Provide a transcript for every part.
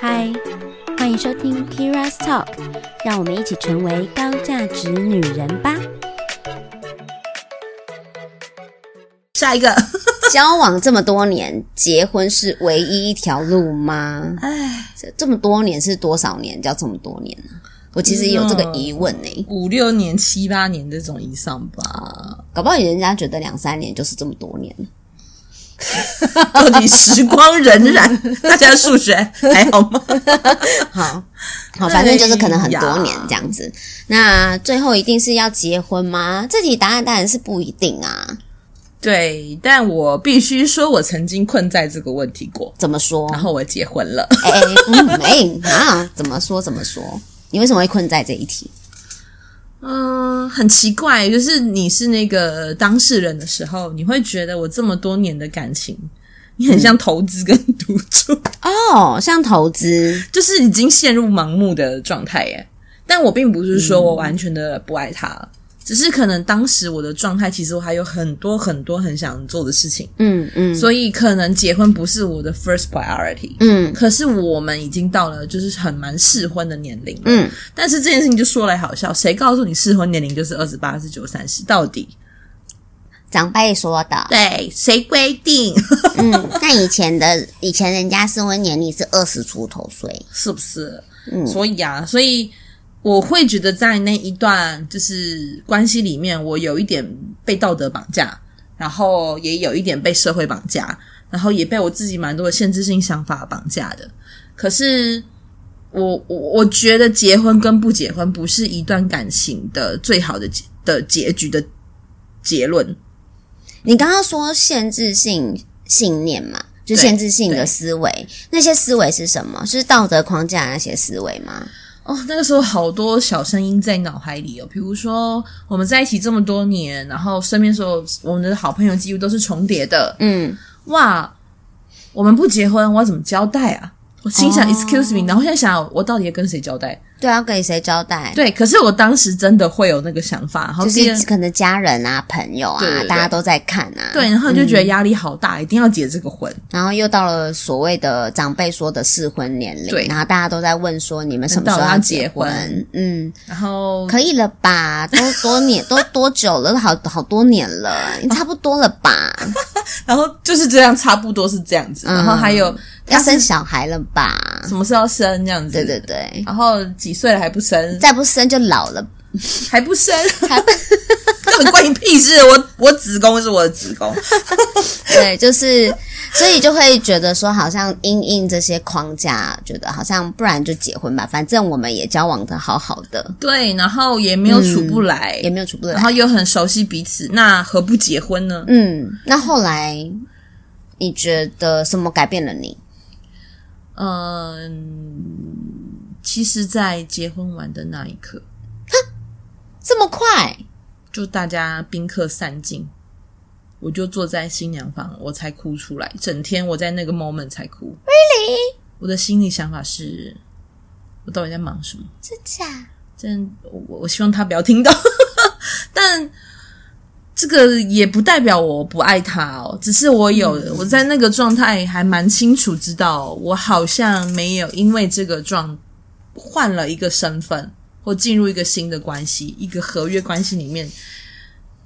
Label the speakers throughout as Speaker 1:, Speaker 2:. Speaker 1: 嗨，欢迎收听 Kira's Talk，让我们一起成为高价值女人吧。
Speaker 2: 下一个，
Speaker 1: 交往这么多年，结婚是唯一一条路吗？
Speaker 2: 哎，
Speaker 1: 这这么多年是多少年？叫这么多年啊？我其实有这个疑问呢、
Speaker 2: 五六年、七八年这种以上吧，
Speaker 1: 搞不好人家觉得两三年就是这么多年。
Speaker 2: 到底时光荏苒， 大家数学还好 吗？
Speaker 1: 好，好，反正就是可能很多年
Speaker 2: 哎呀
Speaker 1: 这样子。那最后一定是要结婚吗？这题答案当然是不一定啊。
Speaker 2: 对，但我必须说，我曾经困在这个问题过，
Speaker 1: 怎么 说？
Speaker 2: 然后我结婚了。
Speaker 1: 哎哎、嗯，哎、啊，怎么说怎么说？你为什么会困在这一题？
Speaker 2: 嗯，很奇怪，就是你是那个当事人的时候，你会觉得我这么多年的感情，你很像投资跟赌注，
Speaker 1: 哦，像投资，
Speaker 2: 就是已经陷入盲目的状态耶。但我并不是说我完全的不爱他，只是可能当时我的状态，其实我还有很多很多很想做的事情，
Speaker 1: 嗯嗯
Speaker 2: 所以可能结婚不是我的 first priority。
Speaker 1: 嗯
Speaker 2: 可是我们已经到了就是很蛮适婚的年龄了，
Speaker 1: 嗯，
Speaker 2: 但是这件事情就说来好笑，谁告诉你适婚年龄就是二十八、二十九、三十？到底
Speaker 1: 长辈说的。
Speaker 2: 对谁规定？
Speaker 1: 嗯，那以前的以前人家适婚年龄是二十出头岁。
Speaker 2: 是不是？
Speaker 1: 嗯
Speaker 2: 所以啊，所以我会觉得在那一段就是关系里面，我有一点被道德绑架，然后也有一点被社会绑架，然后也被我自己蛮多的限制性想法绑架的。可是我我我觉得结婚跟不结婚不是一段感情的最好的结的结局的结论。
Speaker 1: 你刚刚说限制性信念嘛，就限制性的
Speaker 2: 对
Speaker 1: 思维，那些思维是什么？是道德框架那些思维吗？
Speaker 2: 哦，那个时候好多小声音在脑海里哦，比如说我们在一起这么多年，然后身边所有我们的好朋友几乎都是重叠的，
Speaker 1: 嗯，
Speaker 2: 哇，我们不结婚，我要怎么交代啊？我心想、
Speaker 1: 哦
Speaker 2: excuse me，然后现在想我到底要跟谁交代？
Speaker 1: 对啊，要给谁交代？
Speaker 2: 对，可是我当时真的会有那个想法，然后
Speaker 1: 就
Speaker 2: 第二
Speaker 1: 是可能家人啊、朋友啊，
Speaker 2: 对对对
Speaker 1: 大家都在看啊。
Speaker 2: 对，然后你就觉得压力好大，一定要结这个婚。
Speaker 1: 然后又到了所谓的长辈说的适婚年龄
Speaker 2: 对，
Speaker 1: 然后大家都在问说你们什么时候
Speaker 2: 到底
Speaker 1: 要
Speaker 2: 要结
Speaker 1: 婚？嗯，
Speaker 2: 然后
Speaker 1: 可以了吧？都多年，都多久了？都好好多年了，差不多了吧？
Speaker 2: 然后就是这样，差不多是这样子。然后还有
Speaker 1: 要
Speaker 2: 他是
Speaker 1: 生小孩了吧？
Speaker 2: 什么时候生这样子？
Speaker 1: 对对。对，
Speaker 2: 然后几岁了还不生，
Speaker 1: 再不生就老了。
Speaker 2: 还不生，
Speaker 1: 还不
Speaker 2: 根本关你屁事！我我子宫是我的子宫，
Speaker 1: 对，就是，所以就会觉得说，好像因应这些框架，觉得好像不然就结婚吧，反正我们也交往的好好的，
Speaker 2: 对，然后也没有处不来，
Speaker 1: 也没有处不
Speaker 2: 嗯然
Speaker 1: 来。
Speaker 2: 后又很熟悉彼此，那何不结婚呢？
Speaker 1: 嗯，那后来你觉得什么改变了你？
Speaker 2: 嗯，其实，在结婚完的那一刻，
Speaker 1: 这么快？
Speaker 2: 就大家宾客散尽，我就坐在新娘房，我才哭出来，整天我在那个 moment 才哭。Really？我的心里想法是，我到底在忙什么？
Speaker 1: 真假？
Speaker 2: 真我我希望他不要听到， 但这个也不代表我不爱他哦，只是我有、
Speaker 1: 嗯
Speaker 2: 我在那个状态还蛮清楚知道，我好像没有因为这个状换了一个身份或进入一个新的关系，一个合约关系里面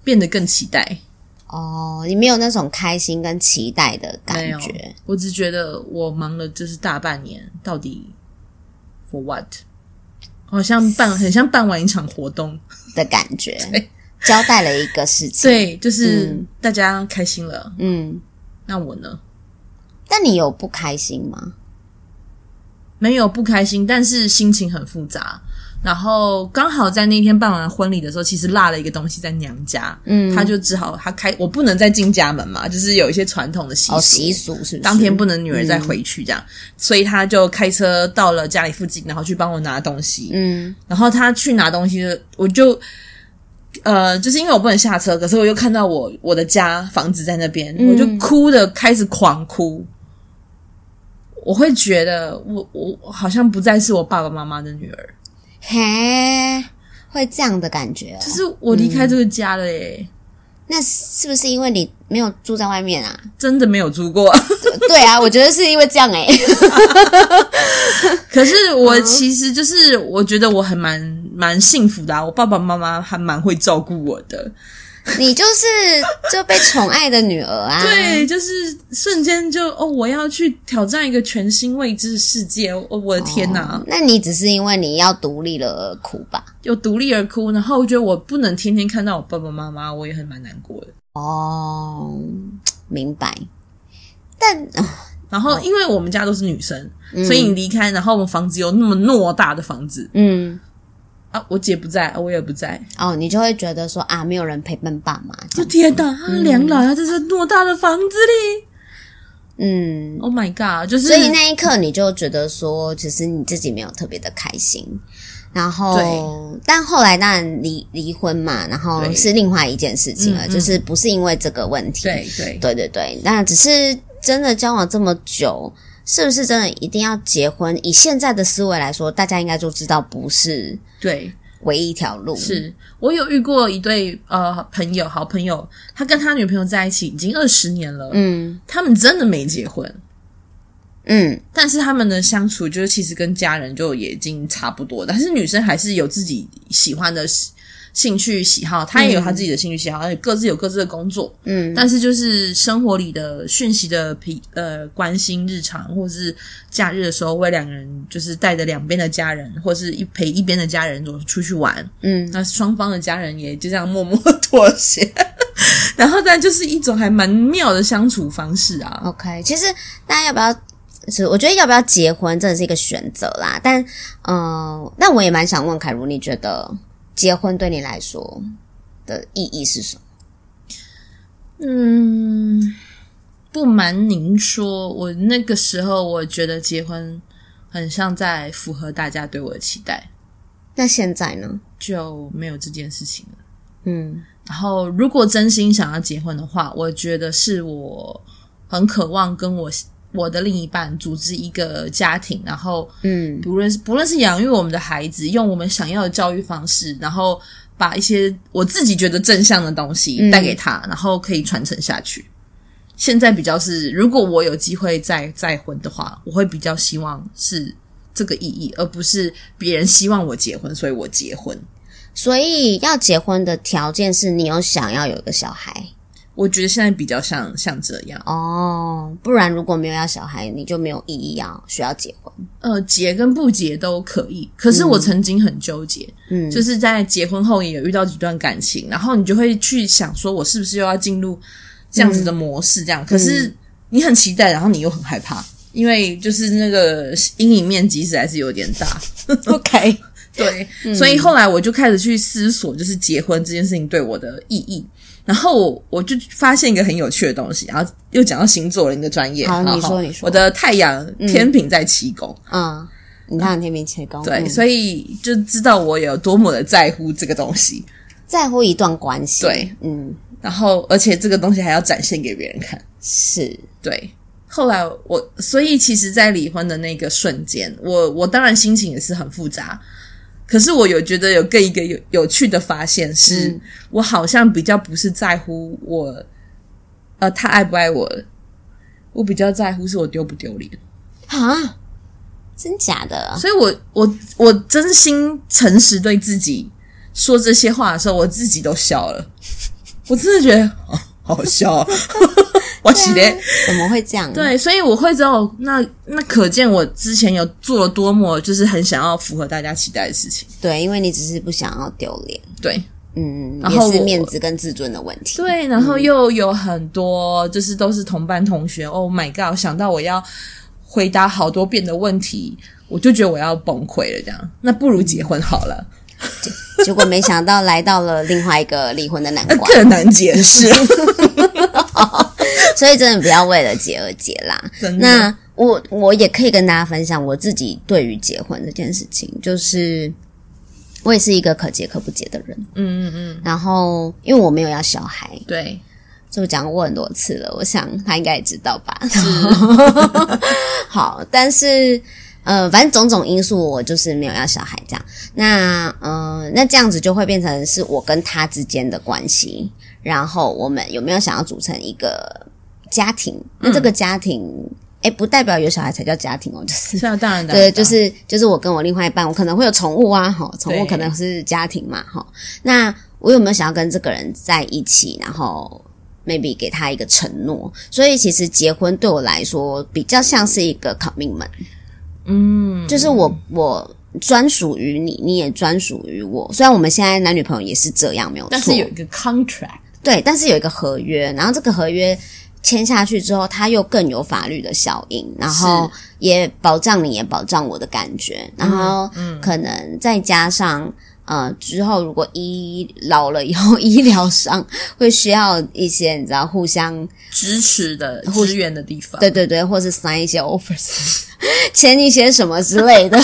Speaker 2: 变得更期待，
Speaker 1: 哦，你没有那种开心跟期待的
Speaker 2: 没
Speaker 1: 感
Speaker 2: 有
Speaker 1: 觉。，
Speaker 2: 我只觉得我忙了就是大半年，到底 for what？好像办很像办完一场活动，
Speaker 1: 的感觉，交代了一个事情。，
Speaker 2: 对，就是
Speaker 1: 嗯
Speaker 2: 大家开心了，
Speaker 1: 嗯，
Speaker 2: 那我呢？
Speaker 1: 但你有不开心吗？
Speaker 2: 没有不开心，但是心情很复杂。然后刚好在那天办完婚礼的时候，其实落了一个东西在娘家，
Speaker 1: 嗯
Speaker 2: 他就只好他开，我不能再进家门嘛，就是有一些传统的习俗，
Speaker 1: 哦，习俗嗯是不是？
Speaker 2: 当天不能女儿再回去这样，所以他就开车到了家里附近，然后去帮我拿东西，
Speaker 1: 嗯
Speaker 2: 然后他去拿东西，我就呃，就是因为我不能下车，可是我又看到我我的家房子在那边，
Speaker 1: 嗯
Speaker 2: 我就哭的开始狂哭。我会觉得我我我好像不再是我爸爸妈妈的女儿，
Speaker 1: 嘿，会这样的感觉哦。
Speaker 2: 就是我离开这个家了耶。
Speaker 1: 那是不是因为你没有住在外面啊。
Speaker 2: 真的没有租过。
Speaker 1: 对啊，我觉得是因为这样哎、
Speaker 2: 可是我其实就是我觉得我还蛮蛮幸福的、啊，我爸爸妈妈还蛮会照顾我的。
Speaker 1: 你就是就被宠爱的女儿啊。
Speaker 2: 对，就是瞬间就哦，我要去挑战一个全新未知的世界，哦、我的天哪、
Speaker 1: 哦那你只是因为你要独立了而哭吧？
Speaker 2: 有独立而哭，然后我觉得我不能天天看到我爸爸妈妈，我也很蛮难过的。
Speaker 1: 哦，明白。但嗯
Speaker 2: 然后
Speaker 1: 哦
Speaker 2: 因为我们家都是女生，所以你离开，然后我们房子有那么偌大的房子
Speaker 1: 嗯，
Speaker 2: 啊，我姐不在，啊我也不在，
Speaker 1: 哦，你就会觉得说啊，没有人陪伴爸妈。
Speaker 2: 就天哪，啊两老要在这偌大的房子里
Speaker 1: 嗯，
Speaker 2: ，Oh my god！就是
Speaker 1: 所以那一刻你就觉得说，其实你自己没有特别的开心。然后
Speaker 2: 对，
Speaker 1: 但后来当然离离婚嘛，然后
Speaker 2: 对
Speaker 1: 是另外一件事情了，
Speaker 2: 嗯嗯
Speaker 1: 就是不是因为这个问题。
Speaker 2: 对对
Speaker 1: 对对对，那只是真的交往这么久，是不是真的一定要结婚？以现在的思维来说，大家应该就知道不是
Speaker 2: 对，
Speaker 1: 唯一一条路。，
Speaker 2: 是我有遇过一对呃朋友，好朋友，他跟他女朋友在一起已经二十年了，
Speaker 1: 嗯
Speaker 2: 他们真的没结婚，
Speaker 1: 嗯，
Speaker 2: 但是他们的相处就是其实跟家人就也已经差不多，但是女生还是有自己喜欢的喜兴趣喜好，她也有她自己的兴趣喜好，而且各自有各自的工作，
Speaker 1: 嗯，
Speaker 2: 但是就是生活里的讯息的平呃关心日常，或是假日的时候为两个人就是带着两边的家人，或是一陪一边的家人出去玩，
Speaker 1: 嗯，
Speaker 2: 那双方的家人也就这样默默妥协， 然后但就是一种还蛮妙的相处方式啊，
Speaker 1: OK，其实大家要不要？是我觉得要不要结婚真的是一个选择啦，但嗯、呃但我也蛮想问凯如，你觉得结婚对你来说的意义是什么？
Speaker 2: 嗯。不瞒您说，我那个时候我觉得结婚很像在符合大家对我的期待，
Speaker 1: 那现在呢？
Speaker 2: 就没有这件事情了。
Speaker 1: 嗯
Speaker 2: 然后，如果真心想要结婚的话，我觉得是我很渴望跟我我的另一半组织一个家庭，然后
Speaker 1: 嗯
Speaker 2: 不论是不论是养育我们的孩子，用我们想要的教育方式，然后把一些我自己觉得正向的东西
Speaker 1: 嗯
Speaker 2: 带给他，然后可以传承下去。现在比较是，如果我有机会再再婚的话，我会比较希望是这个意义，而不是别人希望我结婚，所以我结婚。
Speaker 1: 所以要结婚的条件是你有想要有一个小孩
Speaker 2: 我觉得现在比较像像这样。
Speaker 1: 哦，不然如果没有要小孩，你就没有意义要需要结婚。
Speaker 2: 呃，结跟不结都可以。可是我曾经很纠结，
Speaker 1: 嗯，
Speaker 2: 就是在结婚后也有遇到几段感情，然后你就会去想说，我是不是又要进入这样
Speaker 1: 嗯
Speaker 2: 子的模式？这样，可是你很期待，然后你又很害怕，因为就是那个阴影面积实在是有点 大。
Speaker 1: OK，
Speaker 2: 对，
Speaker 1: 嗯
Speaker 2: 所以后来我就开始去思索，就是结婚这件事情对我的意义。然后我我就发现一个很有趣的东西，然后又讲到星座了，你的专业。
Speaker 1: 好你说你说
Speaker 2: 我的太阳天平在七宫。
Speaker 1: 嗯，你看天平切工，
Speaker 2: 对，
Speaker 1: 嗯
Speaker 2: 所以就知道我有多么的在乎这个东西，
Speaker 1: 在乎一段关系，
Speaker 2: 对，
Speaker 1: 嗯，
Speaker 2: 然后而且这个东西还要展现给别人看。
Speaker 1: 是，
Speaker 2: 对，后来我所以其实，在离婚的那个瞬间，我我当然心情也是很复杂，可是我有觉得有更一个有有趣的发现是，
Speaker 1: 嗯
Speaker 2: 我好像比较不是在乎我，呃，他爱不爱我，我比较在乎是我丢不丢脸。
Speaker 1: 啊，真假的？
Speaker 2: 所以我我我真心诚实对自己说这些话的时候，我自己都笑了。我真的觉得哦，好好笑、哦，我洗嘞。
Speaker 1: 怎么会这样？，
Speaker 2: 对，所以我会知道，那那可见我之前有做了多么就是很想要符合大家期待的事情。
Speaker 1: 对，因为你只是不想要丢脸，
Speaker 2: 对
Speaker 1: 嗯，
Speaker 2: 然
Speaker 1: 也
Speaker 2: 后
Speaker 1: 是
Speaker 2: 我
Speaker 1: 面子跟自尊的问题。
Speaker 2: 对，然后又有很多就是都是同班同学。Oh my god！想到我要回答好多遍的问题，我就觉得我要崩溃了。这样，那不如结婚好了。
Speaker 1: 结果没想到来到了另外一个离婚的难 关，
Speaker 2: 更难解释。
Speaker 1: 所以真的不要为了结而结啦。
Speaker 2: 真的
Speaker 1: 那我我也可以跟大家分享我自己对于结婚这件事情，就是我也是一个可结可不结的人。
Speaker 2: 嗯嗯嗯，
Speaker 1: 然后因为我没有要小孩，
Speaker 2: 对，
Speaker 1: 就讲过很多 次了，我想他应该也知道吧。好，但是呃，反正种种因素，我就是没有要小孩这样。那呃，那这样子就会变成是我跟他之间的关系，然后我们有没有想要组成一个家庭？那这个家庭，哎、不代表有小孩才叫家庭哦，就是
Speaker 2: 是啊，当然的，
Speaker 1: 对，就是就是我跟我另外一半，我可能会有宠物啊，哈，宠物
Speaker 2: 对
Speaker 1: 可能是家庭嘛，哈。那我有没有想要跟这个人在一起，然后 maybe 给他一个承诺？所以其实结婚对我来说比较像是一个 commitment，嗯，就是我我。专属于你，你也专属于我。虽然我们现在男女朋友也是这样，没有错，
Speaker 2: 但是有一个 contract，
Speaker 1: 对，但是有一个合约，然后这个合约签下去之后，它又更有法律的效应，然后也保障你，也保障我的感觉，然后可能再加上。呃，之后如果医老了以后， 医疗上会需要一些你知道互相
Speaker 2: 支持的支援的地方。
Speaker 1: 对对对，或是 sign 一些 offers，签一些什么之类的。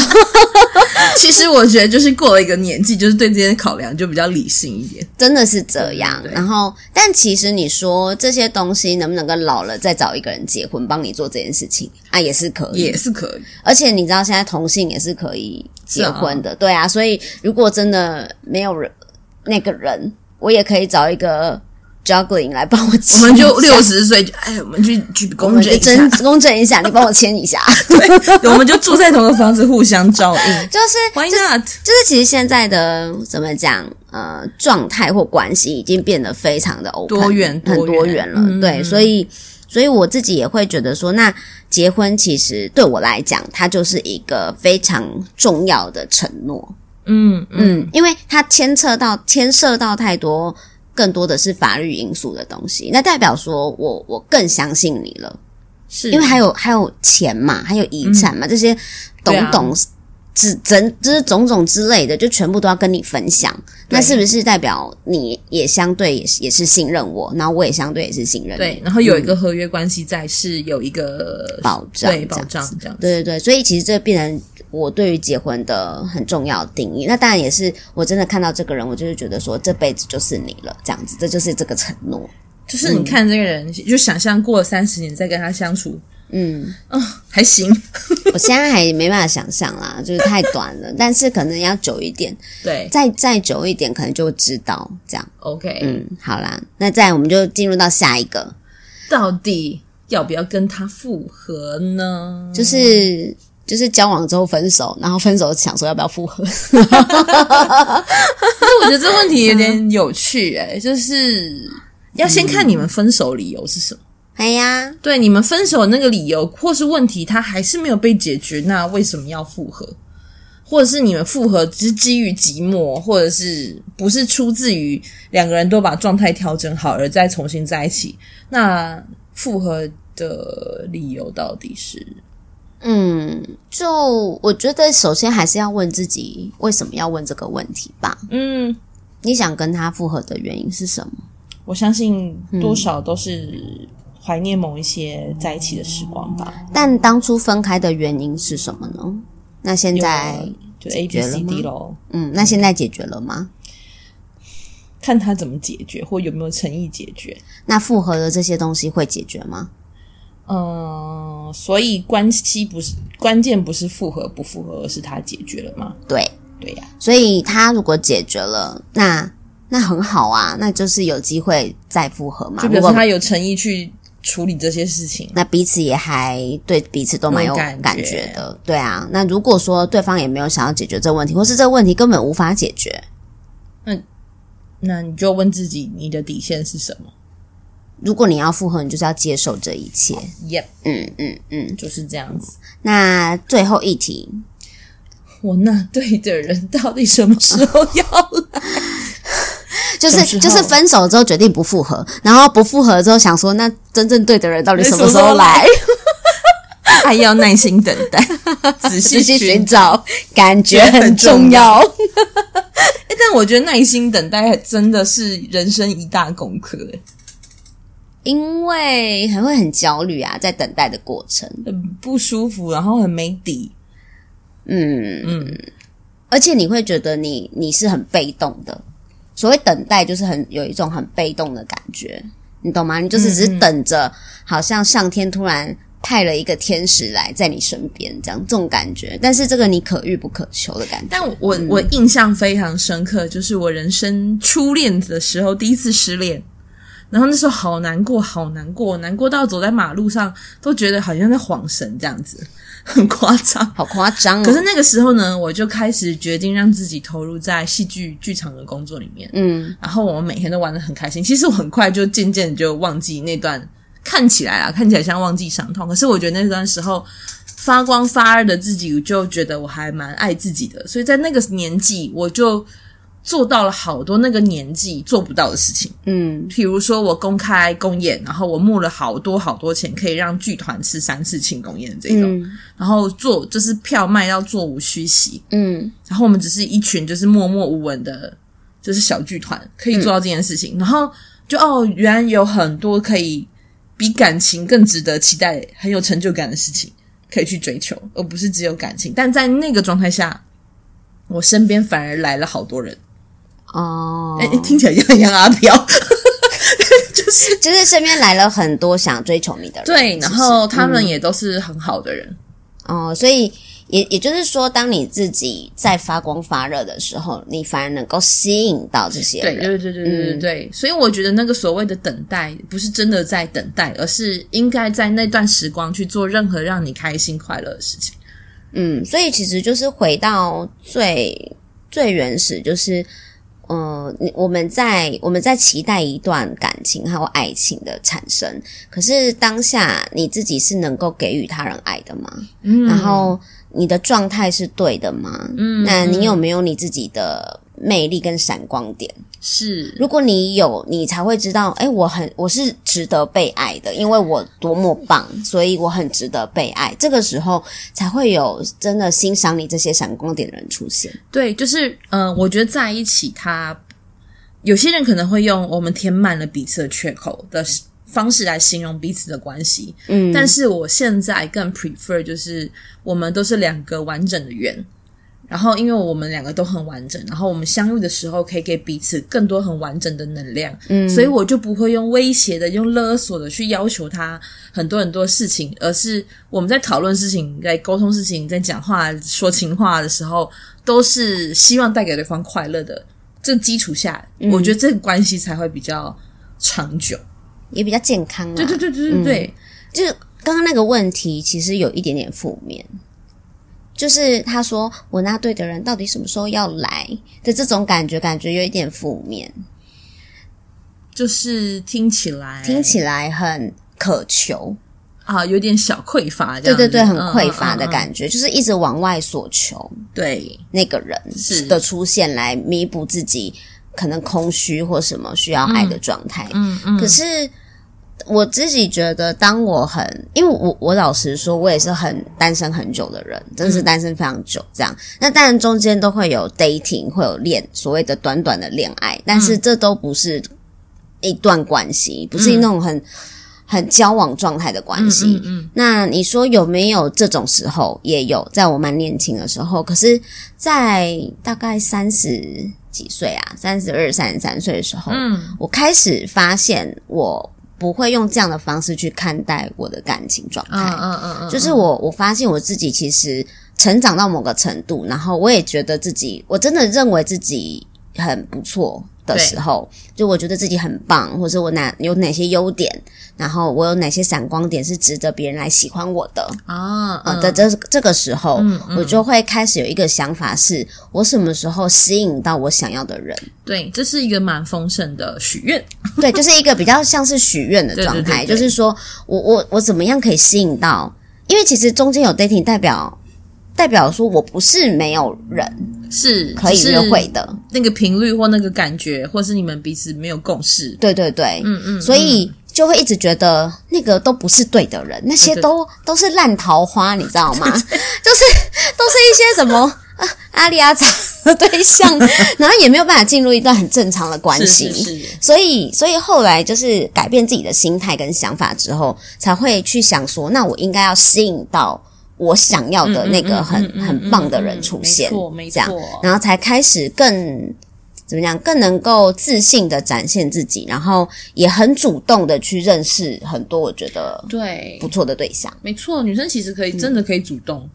Speaker 2: 其实我觉得就是过了一个年纪，就是对这些考量就比较理性一点。
Speaker 1: 真的是这样。
Speaker 2: 对对对
Speaker 1: 然后，但其实你说这些东西能不能跟老了再找一个人结婚帮你做这件事情啊，也是可以。
Speaker 2: 也是可以，
Speaker 1: 而且你知道现在同性也是可以结婚的，对啊。所以如果真的没有人那个人，我也可以找一个 juggling 来帮我
Speaker 2: 我
Speaker 1: 签一下。
Speaker 2: 们就六十岁就，哎，我们去去
Speaker 1: 我
Speaker 2: 公
Speaker 1: 们
Speaker 2: 证
Speaker 1: 就
Speaker 2: 一下
Speaker 1: 真， 公证一下，你帮我签一 下。
Speaker 2: 我们就住在同个房子，互相照 应。
Speaker 1: 就是
Speaker 2: Why not？
Speaker 1: 就是其实现在的怎么讲，呃，状态或关系已经变得非常的 open,
Speaker 2: 多元嗯
Speaker 1: 很多
Speaker 2: 多
Speaker 1: 元
Speaker 2: 元
Speaker 1: 了。对，所以所以我自己也会觉得说，那结婚其实对我来讲，它就是一个非常重要的承诺。
Speaker 2: 嗯嗯，
Speaker 1: 嗯，因为它牵涉到牵涉到太多。更多的是法律因素的东西，那代表说我我更相信你了，
Speaker 2: 是
Speaker 1: 因为还有还有钱嘛，还有遗产嘛，这些懂
Speaker 2: 嗯对啊
Speaker 1: 懂只整就是种种之类的，就全部都要跟你分享。那是不是代表你也相对也是也是信任我，然后我也相对也是信任你？
Speaker 2: 对，然后有一个合约关系在，是有一个
Speaker 1: 保障
Speaker 2: 对
Speaker 1: 这
Speaker 2: 保
Speaker 1: 样
Speaker 2: 障这样子。
Speaker 1: 对对对，所以其实这变成我对于结婚的很重要的定义。那当然也是我真的看到这个人，我就是觉得说这辈子就是你了，这样子，这就是这个承诺。
Speaker 2: 就是你看这个人，就想象过了三十年再跟他相处，
Speaker 1: 嗯，
Speaker 2: 还行。
Speaker 1: 我现在还没办法想象啦，就是太短了，但是可能要久一点，
Speaker 2: 对
Speaker 1: 再再久一点，可能就会知道这样。
Speaker 2: ，OK，、
Speaker 1: 嗯，好啦，那再来我们就进入到下一个，
Speaker 2: 到底要不要跟他复合呢？
Speaker 1: 就是就是交往之后分手，然后分手想说要不要复合，
Speaker 2: 可是我觉得这问题有点有趣、欸，就是要先看你们分手理由是什么。
Speaker 1: 哎呀，
Speaker 2: 对，你们分手的那个理由或是问题，他还是没有被解决，那为什么要复合？或者是你们复合只是基于寂寞，或者是不是出自于两个人都把状态调整好而再重新在一起？那复合的理由到底是？
Speaker 1: 嗯，就我觉得首先还是要问自己为什么要问这个问题吧。
Speaker 2: 嗯，
Speaker 1: 你想跟他复合的原因是什么？
Speaker 2: 我相信多少都是怀念某一些在一起的时光吧。
Speaker 1: 但当初分开的原因是什么呢？那现
Speaker 2: 啊
Speaker 1: 在，
Speaker 2: 就 A
Speaker 1: 决
Speaker 2: B
Speaker 1: 了
Speaker 2: C
Speaker 1: 吗
Speaker 2: D 咯，
Speaker 1: 嗯，那现在解决了吗？
Speaker 2: 看他怎么解决，或有没有诚意解决。
Speaker 1: 那复合的这些东西会解决吗？
Speaker 2: 嗯，所以关系不是关键，不是复合不复合，而是他解决了吗？
Speaker 1: 对，
Speaker 2: 对呀、
Speaker 1: 所以他如果解决了，那那很好啊，那就是有机会再复合嘛。
Speaker 2: 就
Speaker 1: 啊如
Speaker 2: 表
Speaker 1: 果
Speaker 2: 示他有诚意去处理这些事情。
Speaker 1: 那彼此也还对彼此都蛮有
Speaker 2: 有感觉
Speaker 1: 感觉的，对啊。那如果说对方也没有想要解决这个问题，或是这个问题根本无法解决，
Speaker 2: 那你就问自己，你的底线是什么
Speaker 1: 如果你要复合，你就是要接受这一切。
Speaker 2: ？Yep，
Speaker 1: 嗯嗯嗯。
Speaker 2: 就是这样子。
Speaker 1: 那最后一题，
Speaker 2: 我那对的人到底什么时候要 来？
Speaker 1: 就
Speaker 2: 什么时
Speaker 1: 是
Speaker 2: 候
Speaker 1: 就是分手之后决定不复合，然后不复合之后想说，那真正对的人到底什么时候 来？
Speaker 2: 还要耐心等待， 仔
Speaker 1: 仔
Speaker 2: 细
Speaker 1: 细
Speaker 2: 寻
Speaker 1: 寻找，感觉很
Speaker 2: 很
Speaker 1: 重
Speaker 2: 重
Speaker 1: 要
Speaker 2: 要。欸但我觉得耐心等待真的是人生一大功课、欸，
Speaker 1: 因为还会很焦虑啊，在等待的过程，
Speaker 2: 很不舒服，然后很没底。
Speaker 1: 嗯，
Speaker 2: 嗯，
Speaker 1: 而且你会觉得你你是很被动的。所谓等待，就是很有一种很被动的感觉，你懂吗？你就是只是等着，好像上天突然派了一个天使来在你身边，这样这种感觉。但是这个你可遇不可求的感觉。
Speaker 2: 但我我印象非常深刻，就是我人生初恋的时候，第一次失恋，然后那时候好难过，好难过，难过到走在马路上都觉得好像在晃神这样子，很夸张。
Speaker 1: 好夸张哦！
Speaker 2: 可是那个时候呢，我就开始决定让自己投入在戏剧剧场的工作里面，
Speaker 1: 嗯，
Speaker 2: 然后我们每天都玩得很开心。其实我很快就渐渐就忘记那段看起来啊，看起来像忘记伤痛，可是我觉得那段时候发光发热的自己，我就觉得我还蛮爱自己的。所以在那个年纪，我就做到了好多那个年纪做不到的事情，
Speaker 1: 嗯
Speaker 2: 譬如说我公开公演，然后我募了好多好多钱，可以让剧团吃三次庆功宴这种，
Speaker 1: 嗯
Speaker 2: 然后做就是票卖到座无虚席，
Speaker 1: 嗯
Speaker 2: 然后我们只是一群就是默默无闻的，就是小剧团，可以做到这件事情。然后就哦，原来有很多可以比感情更值得期待、很有成就感的事情可以去追求，而不是只有感情。但在那个状态下，我身边反而来了好多人，
Speaker 1: 哦
Speaker 2: 哎、，听起来像像阿飘。就是
Speaker 1: 就是身边来了很多想追求你的人，
Speaker 2: 对，
Speaker 1: 是
Speaker 2: 然
Speaker 1: 不是
Speaker 2: 后他们也都是很好的人，
Speaker 1: 哦，所以也也就是说，当你自己在发光发热的时候，你反而能够吸引到这些
Speaker 2: 对
Speaker 1: 人。
Speaker 2: 对对对对对对，所以我觉得那个所谓的等待，不是真的在等待，而是应该在那段时光去做任何让你开心快乐的事情。
Speaker 1: 嗯，所以其实就是回到最最原始，就是。嗯，你我们在我们在期待一段感情还有爱情的产生，可是当下你自己是能够给予他人爱的吗？
Speaker 2: 嗯
Speaker 1: 然后你的状态是对的吗？
Speaker 2: 嗯
Speaker 1: 那你有
Speaker 2: 嗯
Speaker 1: 没有你自己的魅力跟闪光点？
Speaker 2: 是
Speaker 1: 如果你有，你才会知道，哎、我很我是值得被爱的，因为我多么棒，所以我很值得被爱。这个时候才会有真的欣赏你这些闪光点的人出现。
Speaker 2: 对，就是嗯、呃我觉得在一起他，有些人可能会用我们填满了彼此的缺口的方式来形容彼此的关系，
Speaker 1: 嗯，
Speaker 2: 但是我现在更 prefer 就是我们都是两个完整的圆，然后因为我们两个都很完整，然后我们相遇的时候可以给彼此更多很完整的能量，
Speaker 1: 嗯
Speaker 2: 所以我就不会用威胁的、用勒索的去要求他很多很多事情，而是我们在讨论事情、在沟通事情、在讲话、说情话的时候，都是希望带给对方快乐的。这基础下，我觉得这个关系才会比较长久。
Speaker 1: 也比较健康啊。
Speaker 2: 对对对对对对，
Speaker 1: 就是刚刚那个问题，其实有一点点负面，就是他说我那队的人到底什么时候要来的这种感觉，感觉有一点负面，
Speaker 2: 就是听起来
Speaker 1: 听起来很渴求，
Speaker 2: 啊，有点小匮乏，这
Speaker 1: 对
Speaker 2: 样
Speaker 1: 对
Speaker 2: 子
Speaker 1: 对，很
Speaker 2: 嗯
Speaker 1: 匮乏的
Speaker 2: 嗯嗯
Speaker 1: 感觉，就是一直往外索求。
Speaker 2: 嗯对，
Speaker 1: 那个人
Speaker 2: 是
Speaker 1: 的出现来弥补自己可能空虚或什么需要爱的状态。
Speaker 2: 嗯嗯，
Speaker 1: 可是我自己觉得，当我很因为我我老实说，我也是很单身很久的人，真的
Speaker 2: 嗯
Speaker 1: 是单身非常久这样。那当然中间都会有 dating，会有恋所谓的短短的恋爱，但
Speaker 2: 嗯
Speaker 1: 是这都不是一段关系，不是那种很、很交往状态的关系。
Speaker 2: 嗯嗯
Speaker 1: 那你说有没有这种时候？也有，在我蛮年轻的时候，可是，在大概三十几岁啊，三十二、三十三岁的时候，
Speaker 2: 嗯
Speaker 1: 我开始发现我不会用这样的方式去看待我的感情状态。
Speaker 2: 嗯嗯嗯嗯，
Speaker 1: 就是我我发现我自己其实成长到某个程度，然后我也觉得自己，我真的认为自己很不错的时候，就我觉得自己很棒，或者我哪有哪些优点，然后我有哪些闪光点是值得别人来喜欢我的。
Speaker 2: 啊
Speaker 1: 呃的这这个时候，
Speaker 2: 嗯嗯
Speaker 1: 我就会开始有一个想法是，我什么时候吸引到我想要的人？
Speaker 2: 对，这是一个蛮丰盛的许愿，
Speaker 1: 对，就是一个比较像是许愿的状态，
Speaker 2: 对对对对
Speaker 1: 就是说我我我怎么样可以吸引到？因为其实中间有 dating 代表代表说我不是没有人
Speaker 2: 是
Speaker 1: 可以
Speaker 2: 只是
Speaker 1: 约会的，
Speaker 2: 那个频率或那个感觉，或是你们彼此没有共识，
Speaker 1: 对对对，
Speaker 2: 嗯嗯，
Speaker 1: 所以就会一直觉得那个都不是对的人，那些
Speaker 2: 对对
Speaker 1: 都 都是烂桃花，你知道吗？就是都是一些什么啊阿里阿扎的对 象，然后也没有办法进入一段很正常的关
Speaker 2: 是
Speaker 1: 系。
Speaker 2: 是是，
Speaker 1: 所以，所以后来就是改变自己的心态跟想法之后，才会去想说，那我应该要吸引到我想要的那个很、
Speaker 2: 嗯嗯嗯嗯嗯
Speaker 1: 很棒的人出现，
Speaker 2: 没错没
Speaker 1: 这样，
Speaker 2: 错，
Speaker 1: 然后才开始更怎么讲，更能够自信的展现自己，然后也很主动的去认识很多我觉得
Speaker 2: 对
Speaker 1: 不，错的对象。
Speaker 2: 没错，女生其实可以真的可以主动。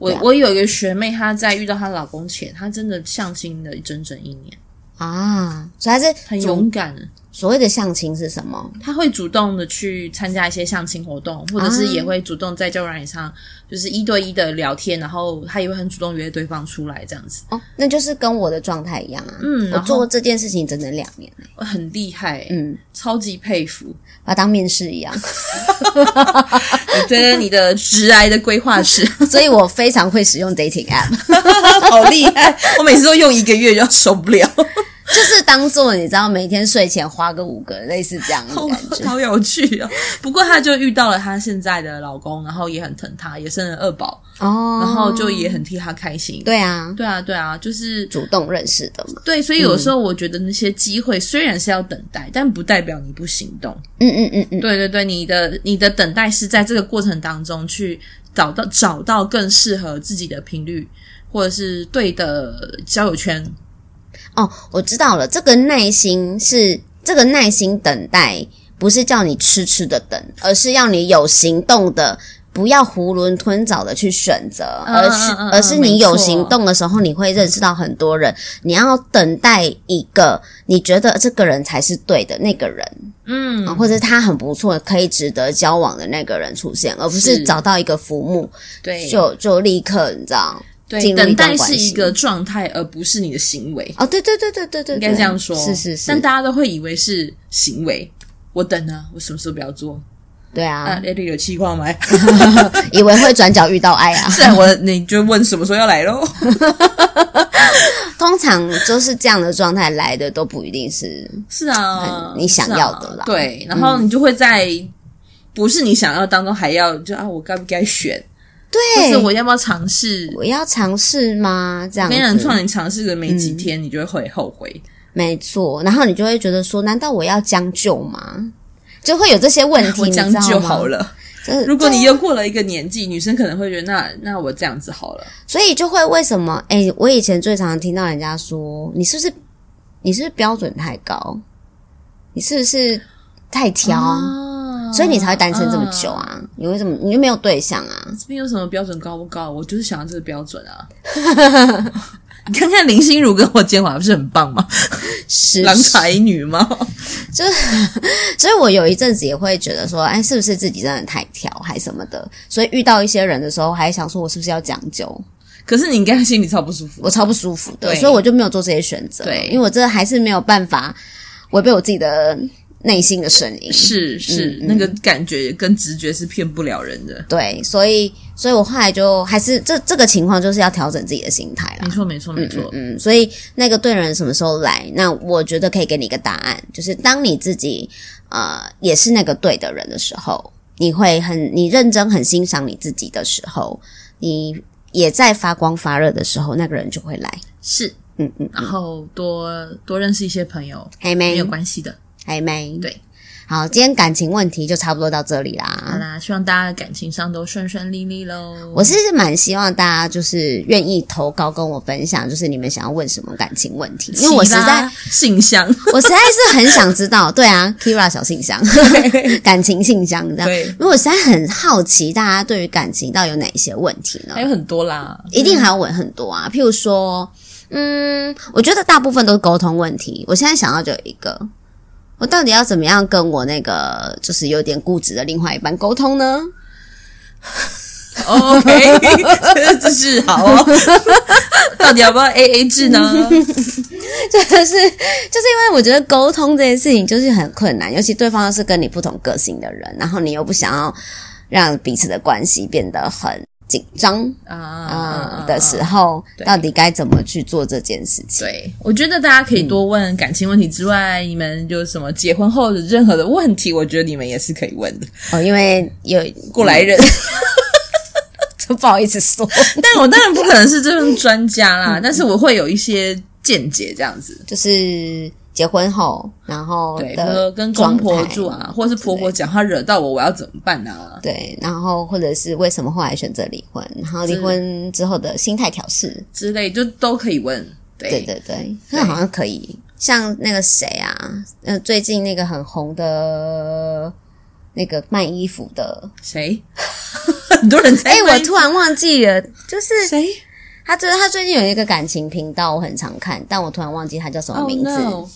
Speaker 2: 我
Speaker 1: 对啊
Speaker 2: 我有一个学妹，她在遇到她老公前，她真的相亲了整整一年，
Speaker 1: 啊，所以还是
Speaker 2: 很
Speaker 1: 主
Speaker 2: 勇敢。
Speaker 1: 所谓的相亲是什么？
Speaker 2: 她会主动的去参加一些相亲活动，或者是
Speaker 1: 啊
Speaker 2: 也会主动在交友软件上就是一对一的聊天，然后她也会很主动约对方出来这样子，
Speaker 1: 哦，那就是跟我的状态一样啊。
Speaker 2: 嗯
Speaker 1: 我
Speaker 2: 然后
Speaker 1: 做这件事情整整两年，
Speaker 2: 很厉害、欸
Speaker 1: 嗯，
Speaker 2: 超级佩服。
Speaker 1: 把它当面试一样，
Speaker 2: 我觉得你的直癌的规划是
Speaker 1: 所以我非常会使用 dating app，
Speaker 2: 好厉 害，我每次都用一个月就受不了，
Speaker 1: 就是当做你知道每天睡前花个五个，类似这样的
Speaker 2: 好
Speaker 1: 感觉。
Speaker 2: 好有趣哦。不过她就遇到了她现在的老公，然后也很疼她，也生了二宝，
Speaker 1: 哦，
Speaker 2: 然后就也很替她开心。
Speaker 1: 对啊，
Speaker 2: 对啊，对啊，就是嗯
Speaker 1: 主动认识的嘛。
Speaker 2: 对，所以有时候我觉得那些机会虽然是要等待，但不代表你不行动。
Speaker 1: 嗯嗯嗯嗯，
Speaker 2: 对对对，你的你的等待是在这个过程当中去找到找到更适合自己的频率，或者是对的交友圈。
Speaker 1: 哦，我知道了，这个耐心是这个耐心等待，不是叫你痴痴的等，而是要你有行动的。不要囫囵吞枣的去选择，
Speaker 2: 嗯
Speaker 1: 而是、
Speaker 2: 嗯嗯嗯
Speaker 1: 而是你
Speaker 2: 没错
Speaker 1: 有行动的时候，你会认识到很多人。你要等待一个你觉得这个人才是对的那个人，
Speaker 2: 嗯
Speaker 1: 啊，，或者他很不错，可以值得交往的那个人出现，而不是
Speaker 2: 是
Speaker 1: 找到一个浮木
Speaker 2: 对，
Speaker 1: 就就立刻你知道？
Speaker 2: 对
Speaker 1: 进入一
Speaker 2: 等
Speaker 1: 段
Speaker 2: 待
Speaker 1: 关
Speaker 2: 是一
Speaker 1: 系
Speaker 2: 个状态，而不是你的行为。
Speaker 1: 哦，对对对对对对，
Speaker 2: 应该
Speaker 1: 对
Speaker 2: 这样说，
Speaker 1: 是是是
Speaker 2: 但，大家都会以为是行为。我等啊，我什么时候不要做？
Speaker 1: 对
Speaker 2: 啊
Speaker 1: 啊，，
Speaker 2: 那里有气话吗？
Speaker 1: 以为会转角遇到爱啊，
Speaker 2: 是啊，我你就问什么时候要来喽？
Speaker 1: 通常就是这样的状态来的，都不一定是
Speaker 2: 是啊，
Speaker 1: 哎很你想
Speaker 2: 是啊
Speaker 1: 要的啦嗯
Speaker 2: 对，然后你就会在不是你想要当中，还要就啊，我该不该选？
Speaker 1: 对
Speaker 2: 就是，我要不要尝试？
Speaker 1: 我要尝试吗？这样
Speaker 2: 没人
Speaker 1: 子，嗯
Speaker 2: 创你尝试个没几天，你就会后悔。
Speaker 1: 没错，然后你就会觉得说，难道我要将就吗？就会有这些问题，
Speaker 2: 我
Speaker 1: 你
Speaker 2: 将
Speaker 1: 知道
Speaker 2: 就
Speaker 1: 吗
Speaker 2: 好，了。
Speaker 1: 就是
Speaker 2: 如果你又过了一个年纪，女生可能会觉得那那我这样子好了。
Speaker 1: 所以就会为什么？哎、我以前最常听到人家说，你是不是你是不是标准太高？你是不是太挑？
Speaker 2: 啊
Speaker 1: 哦所以你才会单身这么久啊？你为什么你又没有对象啊？
Speaker 2: 这边有什么标准高不高？我就是想要这个标准啊。 你看看林心如跟霍建华不是很棒吗？
Speaker 1: 是
Speaker 2: 郎才女貌，
Speaker 1: 所以我有一阵子也会觉得说，哎，是不是自己真的太挑还什么的？所以遇到一些人的时候，还想说我是不是要讲究？
Speaker 2: 可是你应该心里超不舒服。
Speaker 1: 我超不舒服的，
Speaker 2: 对
Speaker 1: 所以我就没有做这些选择。
Speaker 2: 对
Speaker 1: 因为我真的还是没有办法违背我自己的内心的声音。
Speaker 2: 是
Speaker 1: 嗯
Speaker 2: 是、那个感觉跟直觉是骗不了人的。
Speaker 1: 对，所以，所以我后来就还是这这个情况，就是要调整自己的心态
Speaker 2: 没
Speaker 1: 啦。
Speaker 2: 错没错没错、
Speaker 1: 嗯，所以那个对的人什么时候来？那我觉得可以给你一个答案，就是当你自己呃也是那个对的人的时候，你会很你认真很欣赏你自己的时候，你也在发光发热的时候，那个人就会来。
Speaker 2: 是。
Speaker 1: 嗯嗯，
Speaker 2: 然后多多认识一些朋友，
Speaker 1: 还
Speaker 2: 没
Speaker 1: 没
Speaker 2: 有关系的。
Speaker 1: 还没
Speaker 2: 对。
Speaker 1: 好，今天感情问题就差不多到这里啦
Speaker 2: 好。啦，希望大家感情上都顺顺利利喽。
Speaker 1: 我是蛮希望大家就是愿意投稿跟我分享，就是你们想要问什么感情问题，因为我实在
Speaker 2: 信箱
Speaker 1: 我实在是很想知道，对啊，Kira 小信箱，感情信箱这样。
Speaker 2: 对
Speaker 1: 因为我实在很好奇，大家对于感情到底有哪一些问题呢
Speaker 2: 还？有很多啦。
Speaker 1: 一定还有问很多啊，譬如说，嗯，我觉得大部分都是沟通问题。我现在想到就有一个，我到底要怎么样跟我那个就是有点固执的另外一半沟通呢？
Speaker 2: 哦 OK，这是好哦。 到底要不要 AA 制呢？
Speaker 1: 就是就是因为我觉得沟通这件事情就是很困难，尤其对方又是跟你不同个性的人，然后你又不想要让彼此的关系变得很紧张啊、
Speaker 2: 啊
Speaker 1: 的时候，
Speaker 2: 对
Speaker 1: 到底该怎么去做这件事情？
Speaker 2: 对，我觉得大家可以多问感情问题之外，你们有什么结婚后的任何的问题，我觉得你们也是可以问的。
Speaker 1: 哦，因为有
Speaker 2: 过来人，
Speaker 1: 嗯就不好意思说，
Speaker 2: 但我当然不可能是这种专家啦，但是我会有一些见解这样子。
Speaker 1: 就是结婚后，然后
Speaker 2: 对，比如
Speaker 1: 的
Speaker 2: 说跟公婆
Speaker 1: 状态
Speaker 2: 住啊，或是婆婆讲话惹到我，我要怎么办啊？
Speaker 1: 对，然后或者是为什么后来选择离婚，然后离
Speaker 2: 是
Speaker 1: 婚之后的心态调试，
Speaker 2: 之类，就都可以问。对
Speaker 1: 对对对，那好像可以。像那个谁啊，呃，最近那个很红的那个卖衣服的，
Speaker 2: 谁？ 很多人在
Speaker 1: 哎、我
Speaker 2: 问
Speaker 1: 突然忘记了，就是
Speaker 2: 谁
Speaker 1: 他最他最近有一个感情频道，我很常看，但我突然忘记他叫什么名字。
Speaker 2: Oh， no！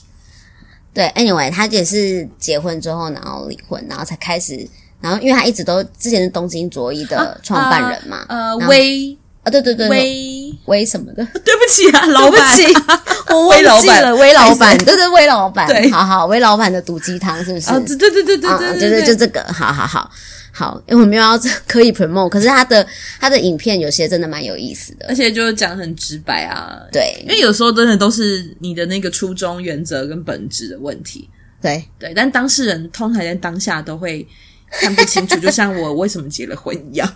Speaker 1: 对，anyway，他也是结婚之后，然后离婚，然后才开始，然后因为他一直都之前是东京卓一的创办人嘛，
Speaker 2: 呃，
Speaker 1: 然后
Speaker 2: 微
Speaker 1: 啊，对对对，对
Speaker 2: 微，
Speaker 1: 微什么的，
Speaker 2: 对不起啊，
Speaker 1: 对
Speaker 2: 老
Speaker 1: 不
Speaker 2: 板，
Speaker 1: 起， 我
Speaker 2: 微老
Speaker 1: 忘记
Speaker 2: 板
Speaker 1: 了，微老
Speaker 2: 还
Speaker 1: 板，对对，微老板，
Speaker 2: 对
Speaker 1: 好好，微老板的毒鸡汤是不是？
Speaker 2: 啊，对对对对对
Speaker 1: 啊
Speaker 2: 对
Speaker 1: 对对，就这个，好好好好，因为我没有要可以 promote，可是他的他的影片有些真的蛮有意思的
Speaker 2: 而，且就是讲得很直白啊，因
Speaker 1: 对
Speaker 2: 为有时候真的都是你的那个初衷、原则跟本质的问题。
Speaker 1: 对，
Speaker 2: 对，但当事人通常在当下都会看不清楚，就像我为什么结了婚一样。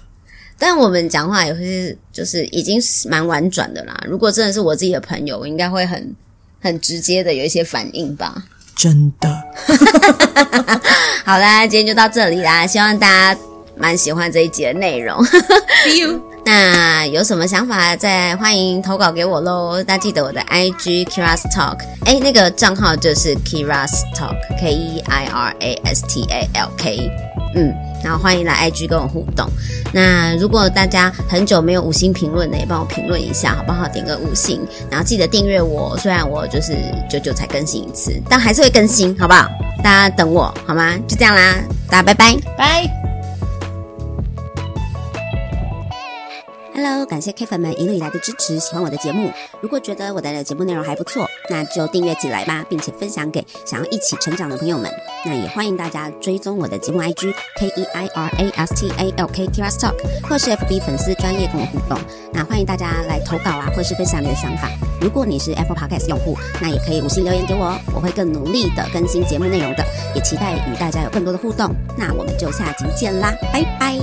Speaker 1: 但我们讲话也会就是已经是蛮婉转的啦。如果真的是我自己的朋友，我应该会很很直接的有一些反应吧。
Speaker 2: 真的，
Speaker 1: 好啦，今天就到这里啦，希望大家蛮喜欢这一集的内容。
Speaker 2: See you。
Speaker 1: 那有什么想法，再欢迎投稿给我喽。大家记得我的 IG Kira's Talk，哎，诶那个账号就是 Kira's Talk，K E I R A S T A L K。嗯，然后欢迎来 IG 跟我互动。那如果大家很久没有五星评论的，也帮我评论一下，好不好？点个五星，然后记得订阅我。虽然我就是久久才更新一次，但还是会更新，好不好？大家等我好吗？就这样啦，大家拜拜。
Speaker 2: 拜。
Speaker 1: Hello，感谢 K 粉们一路以来的支持，喜欢我的节目。如果觉得我的节目内容还不错，那就订阅起来吧，并且分享给想要一起成长的朋友们。那也欢迎大家追踪我的节目 IG K E I R A S T A L K T R S Talk，或是 FB 粉丝专业跟我互动。那欢迎大家来投稿啊，或是分享你的想法。如果你是 Apple Podcast 用户，那也可以五星留言给我哦，我会更努力的更新节目内容的，也期待与大家有更多的互动。那我们就下集见啦，拜拜。